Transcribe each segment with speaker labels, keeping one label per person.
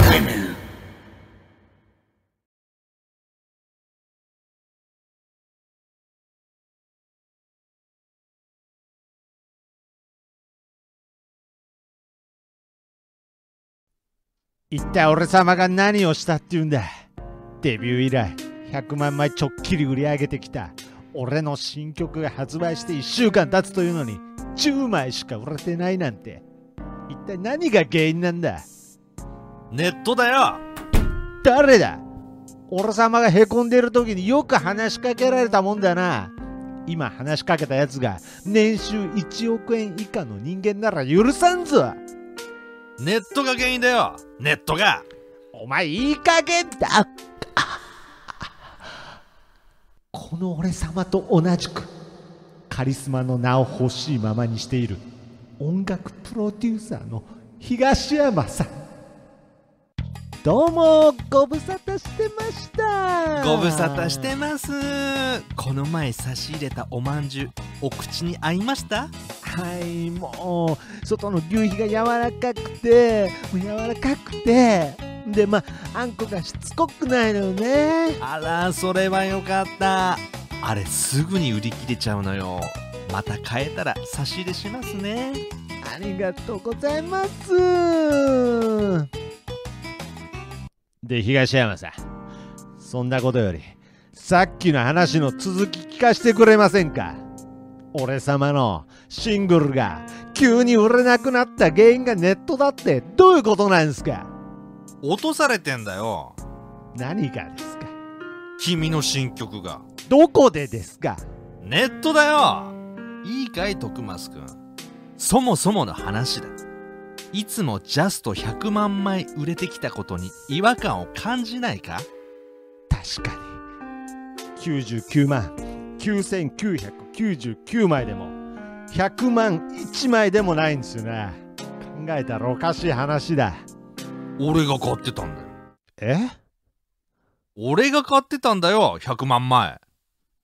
Speaker 1: women.
Speaker 2: 「一体俺様が何をしたっていうんだ」デビュー以来100万枚ちょっきり売り上げてきた俺の新曲が発売して1週間経つというのに10枚しか売れてないなんて一体何が原因なんだ
Speaker 3: ネットだよ
Speaker 2: 誰だ俺様がへこんでる時によく話しかけられたもんだな今話しかけたやつが年収1億円以下の人間なら許さんぞ
Speaker 3: ネットが原因だよネットが
Speaker 2: お前いい加減だこの俺様と同じくカリスマの名を欲しいままにしている音楽プロデューサーの東山さんどうもご無沙汰してました
Speaker 3: ご無沙汰してますこの前差し入れたおまんじゅうお口に合いました
Speaker 2: はいもう外の牛皮が柔らかくてもう柔らかくてでまああんこがしつこくないのよね
Speaker 3: あらそれはよかったあれすぐに売り切れちゃうのよまた買えたら差し入れしますね
Speaker 2: ありがとうございますで東山さんそんなことよりさっきの話の続き聞かせてくれませんか俺様のシングルが急に売れなくなった原因がネットだってどういうことなんですか
Speaker 3: 落とされてんだよ
Speaker 2: 何がですか
Speaker 3: 君の新曲が
Speaker 2: どこでですか
Speaker 3: ネットだよいいかい徳増くんそもそもの話だいつもジャスト100万枚売れてきたことに違和感を感じないか
Speaker 2: 確かに99万9999枚でも100万1枚でもないんですよね考えたらおかしい話だ
Speaker 3: 俺が買ってたんだよ
Speaker 2: え
Speaker 3: 俺が買ってたんだよ100万枚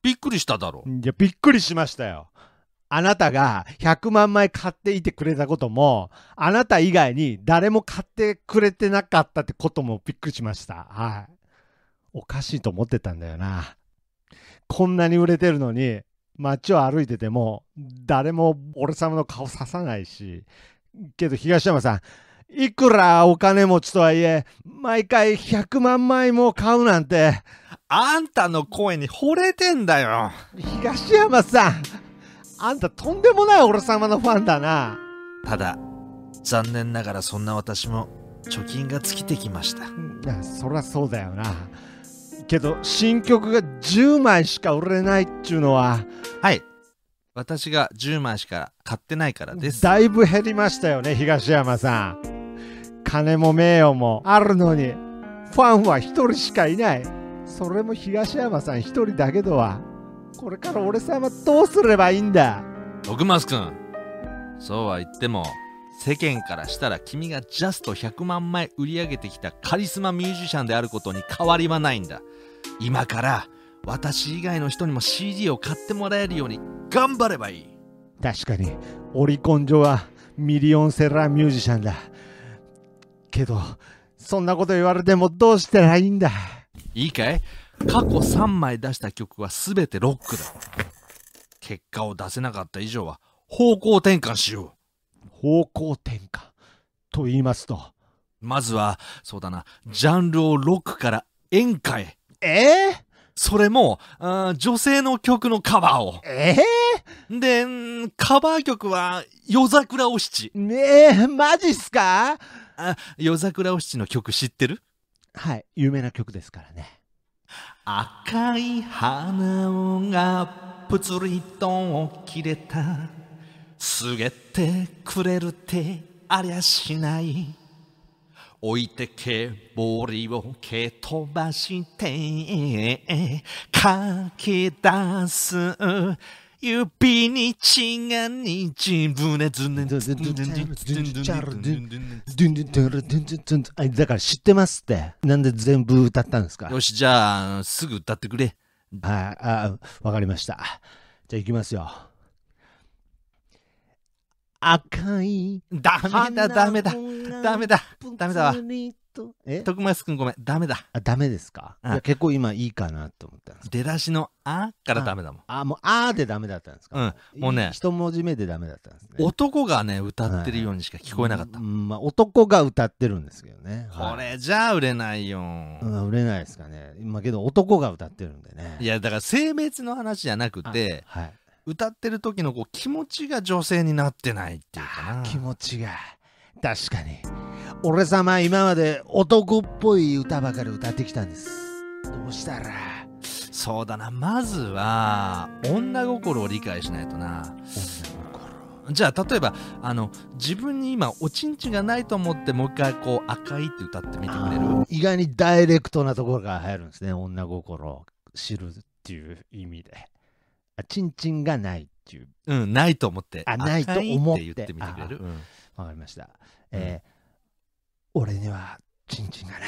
Speaker 3: びっくりしただろ
Speaker 2: いやびっくりしましたよあなたが100万枚買っていてくれたこともあなた以外に誰も買ってくれてなかったってこともびっくりしましたはいおかしいと思ってたんだよなこんなに売れてるのに街を歩いてても誰も俺様の顔ささないしけど東山さんいくらお金持ちとはいえ毎回100万枚も買うなんて
Speaker 3: あんたの声に惚れてんだよ
Speaker 2: 東山さんあんたとんでもない俺様のファンだな
Speaker 3: ただ残念ながらそんな私も貯金が尽きてきました
Speaker 2: いやそりゃそうだよなけど新曲が10枚しか売れないっちゅうのは
Speaker 3: はい私が10枚しか買ってないからです
Speaker 2: だいぶ減りましたよね東山さん金も名誉もあるのにファンは一人しかいないそれも東山さん一人だけどはこれから俺様どうすればいいんだ
Speaker 3: 徳松くんそうは言っても世間からしたら君がジャスト100万枚売り上げてきたカリスマミュージシャンであることに変わりはないんだ今から私以外の人にも CD を買ってもらえるように頑張ればいい
Speaker 2: 確かにオリコン上はミリオンセラーミュージシャンだけどそんなこと言われてもどうしたらいいんだ
Speaker 3: いいかい過去3枚出した曲は全てロックだ結果を出せなかった以上は方向転換しよ
Speaker 2: 方向転換と言いますと
Speaker 3: うまずはそうだなジャンルをロックから演歌へ
Speaker 2: ええ
Speaker 3: それもあー女性の曲のカバーを
Speaker 2: え
Speaker 3: で、んーカバー曲は夜桜お七。
Speaker 2: えねえマジっすか
Speaker 3: あ、夜桜お七の曲知ってる
Speaker 2: はい有名な曲ですからね
Speaker 3: 赤い花がぷつりと切れた。すげてくれるってありゃしない。置いてけぼりを蹴飛ばして駆け出す指に血がにじぶねずねずねずねずねずね
Speaker 2: あだから知ってますってなんで全部歌ったんですか
Speaker 3: よし、じゃあ、すぐ歌ってくれ。
Speaker 2: はい、あ、わかりました。じゃあ行きますよ。赤い
Speaker 3: ダメだ、ダメだ、ダメ
Speaker 2: だ、
Speaker 3: だ、ダメだわ。
Speaker 2: と、え
Speaker 3: 徳松くんごめん、ダメだ。
Speaker 2: あ、ダメですかい
Speaker 3: うん
Speaker 2: や、結構今いいかなと思ったんです
Speaker 3: 出だしのあからダメだもん。
Speaker 2: あ、もう、あーでダメだったんですか
Speaker 3: うんもうね
Speaker 2: い一文字目でダメだったんですね。
Speaker 3: 男がね、歌ってるようにしか聞こえなかった
Speaker 2: う。んまあ、男が歌ってるんですけどね。
Speaker 3: こ
Speaker 2: はい
Speaker 3: れじゃあ売れないよ。
Speaker 2: うん、売れないですかね。まあ、けど男が歌ってるんでね。
Speaker 3: いや、だから性別の話じゃなくて、
Speaker 2: はい。
Speaker 3: 歌ってる時のこう気持ちが女性になってないっていうかな。
Speaker 2: 気持ちが、確かに。俺様、今まで男っぽい歌ばかり歌ってきたんです。どうしたら、
Speaker 3: そうだな、まずは女心を理解しないとな。
Speaker 2: 女心。
Speaker 3: じゃあ例えばあの自分に今おちんちがないと思ってもう一回こう赤いって歌ってみてくれる
Speaker 2: あー意外にダイレクトなところが入るんですね女心を知るっていう意味であチンチンがないっていう
Speaker 3: うんないと思って
Speaker 2: あないと思って
Speaker 3: 赤い言ってみてくれる、うん
Speaker 2: わかりました、えー俺にはチンチンがない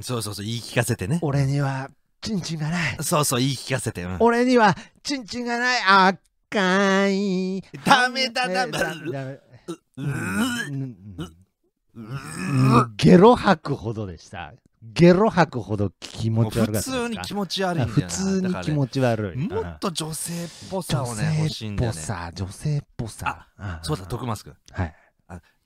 Speaker 3: そうそうそう言い聞かせてね
Speaker 2: 俺にはチンチンがない
Speaker 3: そうそう言い聞かせて、うん、
Speaker 2: 俺にはチンチンがない赤い
Speaker 3: ダメだダメだ
Speaker 2: ダメダメ
Speaker 3: う
Speaker 2: うんう
Speaker 3: ー
Speaker 2: ん
Speaker 3: うー
Speaker 2: うんゲロ吐くほどでしたゲロ吐くほど気
Speaker 3: も
Speaker 2: 持
Speaker 3: う
Speaker 2: ち
Speaker 3: 普
Speaker 2: 悪かったですか
Speaker 3: 通に気持ち悪いんだよな
Speaker 2: 普通に気持ち悪い、
Speaker 3: だからねもっと女性っぽさをね欲しいんだよね
Speaker 2: 女性っぽさ女性っぽさん
Speaker 3: そうだ徳松君
Speaker 2: はい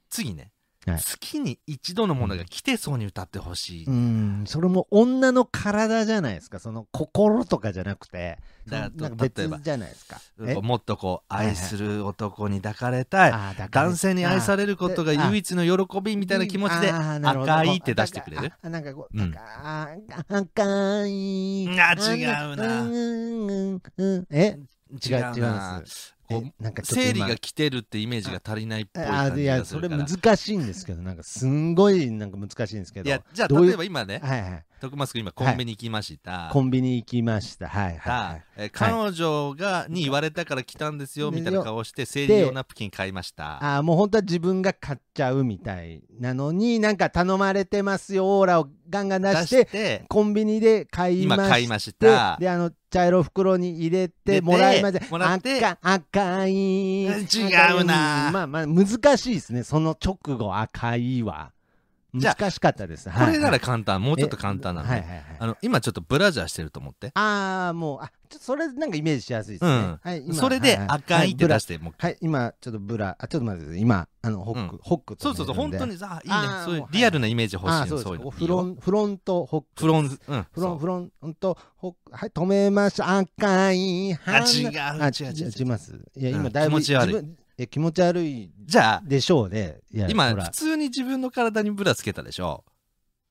Speaker 3: 次ね、
Speaker 2: はい
Speaker 3: 月に一度のものが来てそうに歌ってほしい、
Speaker 2: うんそれも女の体じゃないですかその心とかじゃなくて
Speaker 3: だ
Speaker 2: その
Speaker 3: から
Speaker 2: なんか
Speaker 3: 例え
Speaker 2: 別
Speaker 3: ば
Speaker 2: じゃないですかえ
Speaker 3: もっとこう愛する男に抱かれたい、
Speaker 2: あーだから
Speaker 3: 男性に愛されることが
Speaker 2: あー
Speaker 3: 唯一の喜びみたいな気持ちで
Speaker 2: うんあーなるほど
Speaker 3: 赤いって出してくれる
Speaker 2: あなんかこう、
Speaker 3: うん
Speaker 2: あ赤い
Speaker 3: あ違うな
Speaker 2: うんうんうんえ違う違
Speaker 3: な
Speaker 2: うます
Speaker 3: こう
Speaker 2: えなんかちょっと今
Speaker 3: 生理が来てるってイメージが足りないっぽい
Speaker 2: あ
Speaker 3: 感
Speaker 2: ー
Speaker 3: じ
Speaker 2: い
Speaker 3: が
Speaker 2: や
Speaker 3: す
Speaker 2: それ
Speaker 3: るから
Speaker 2: 難しいんですけどなんかすんごいなんか難しいんですけど
Speaker 3: いやじゃ
Speaker 2: ど
Speaker 3: あ
Speaker 2: ういう
Speaker 3: 例えば今ね
Speaker 2: はいはい
Speaker 3: 徳松君今コンビニ行きました、
Speaker 2: コンビニ行きましたはいはい、は
Speaker 3: さ
Speaker 2: い、
Speaker 3: えー彼女がに言われたから来たんですよ
Speaker 2: で
Speaker 3: みたいな顔して生理用ナプキン買いました
Speaker 2: あーもう本当は自分が買っちゃうみたいなのになんか頼まれてますよオーラをガンガン出
Speaker 3: 出
Speaker 2: し
Speaker 3: してて
Speaker 2: コンビニで買いま
Speaker 3: 今
Speaker 2: した
Speaker 3: 買いました
Speaker 2: であの茶色袋に入れ
Speaker 3: 入れて
Speaker 2: てもらいました
Speaker 3: もらって
Speaker 2: 赤赤い
Speaker 3: 違うな
Speaker 2: まあまあ難しいですねその直後赤いは
Speaker 3: じゃあ
Speaker 2: 難しかったです
Speaker 3: これな
Speaker 2: はいは
Speaker 3: ら
Speaker 2: い
Speaker 3: 簡単もうちょっと簡単なの
Speaker 2: はい
Speaker 3: ね
Speaker 2: はいはい
Speaker 3: あの今ちょっとブラジャーしてると思って
Speaker 2: ああもうあちょそれなんかイメージしやすいですね、
Speaker 3: うん
Speaker 2: はい今
Speaker 3: それで
Speaker 2: は
Speaker 3: 赤いって
Speaker 2: は
Speaker 3: 出
Speaker 2: い
Speaker 3: してもう一回
Speaker 2: はい、今、ちょっとブラ、あ、ちょっと待ってください。今、あの、ホック、
Speaker 3: うん
Speaker 2: ホックと
Speaker 3: そうそうそう
Speaker 2: 寝るん
Speaker 3: 本
Speaker 2: で
Speaker 3: 当にさいいね
Speaker 2: あー
Speaker 3: そう
Speaker 2: も
Speaker 3: いう
Speaker 2: うはい
Speaker 3: リアルなイメージ欲しい
Speaker 2: あ
Speaker 3: の
Speaker 2: そう
Speaker 3: そうい
Speaker 2: で
Speaker 3: う
Speaker 2: すフ
Speaker 3: の
Speaker 2: ロ
Speaker 3: いいよ
Speaker 2: ン、フロントホック。
Speaker 3: フロンズうん
Speaker 2: フロン、
Speaker 3: そう
Speaker 2: フロンフロントホック。はい、止めました。赤い花。
Speaker 3: あ違う
Speaker 2: あ
Speaker 3: 違う違う違う
Speaker 2: 違います。いや、
Speaker 3: う
Speaker 2: 今、
Speaker 3: ん
Speaker 2: だいぶ、
Speaker 3: 気持ち悪い
Speaker 2: 自分。え、気持ち悪い
Speaker 3: じゃあ
Speaker 2: でしょうね。いや
Speaker 3: 今
Speaker 2: ほ
Speaker 3: 普
Speaker 2: ら
Speaker 3: 通に自分の体にブラつけたでしょ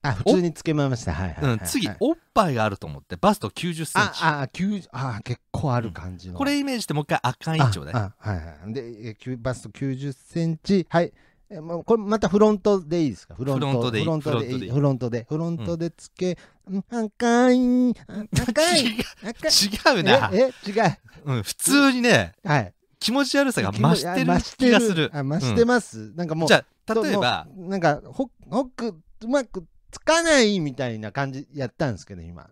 Speaker 2: あ、普通につけました。はい、はい。
Speaker 3: う
Speaker 2: はい
Speaker 3: ん次
Speaker 2: はい
Speaker 3: おっぱいがあると思ってバスト90センチ
Speaker 2: あ、あ、九、あ、結構ある感じの。
Speaker 3: これイメージしてもう一回赤い
Speaker 2: あ
Speaker 3: ちょうだい
Speaker 2: あはいはい。で、えきゅバスト90センチ。はい。えもうこれまたフロントでいいですかフロント
Speaker 3: フロントでいい
Speaker 2: フロントでいい。
Speaker 3: フ
Speaker 2: フロントで。フロントでつけ、うん、赤い、 赤い、赤い。
Speaker 3: 違うな
Speaker 2: え、え違う。
Speaker 3: うん、普通にね
Speaker 2: はい。
Speaker 3: 気持ち悪さが増して
Speaker 2: あ
Speaker 3: る
Speaker 2: 増
Speaker 3: 気がする
Speaker 2: あ増してます。なんかもう、
Speaker 3: じゃあ
Speaker 2: と
Speaker 3: 例えば、
Speaker 2: もうなんかホ、ホック、うまくつかないみたいな感じやったんですけど、今。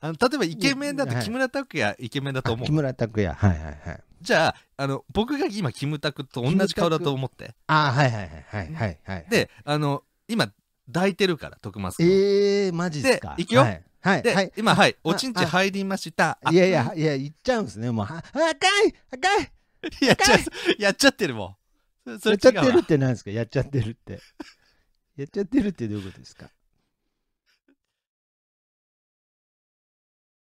Speaker 3: あの例えばイケメンだと
Speaker 2: はい
Speaker 3: 木村拓哉イケメンだと
Speaker 2: あ
Speaker 3: 思う
Speaker 2: 木村拓哉。はいはいはい。
Speaker 3: じゃああの僕が今キムタクと同じ顔だと思って
Speaker 2: あはいはいはいはいはいはい。
Speaker 3: であの今抱いてるから徳松君
Speaker 2: えー、マジですか。
Speaker 3: でいくよ
Speaker 2: はい。はい。
Speaker 3: で、
Speaker 2: はい
Speaker 3: 今はいお
Speaker 2: あ
Speaker 3: ちんち入りましたあ
Speaker 2: いやいや、いや、言っちゃうんですね。もう、は赤い赤い
Speaker 3: やっちゃやっちゃってるもんそ
Speaker 2: や
Speaker 3: れ
Speaker 2: っちゃ
Speaker 3: そ
Speaker 2: っ
Speaker 3: れ
Speaker 2: て
Speaker 3: 違う
Speaker 2: る
Speaker 3: わ
Speaker 2: って何ですかやっちゃってるって。やっちゃってるってどういうことですか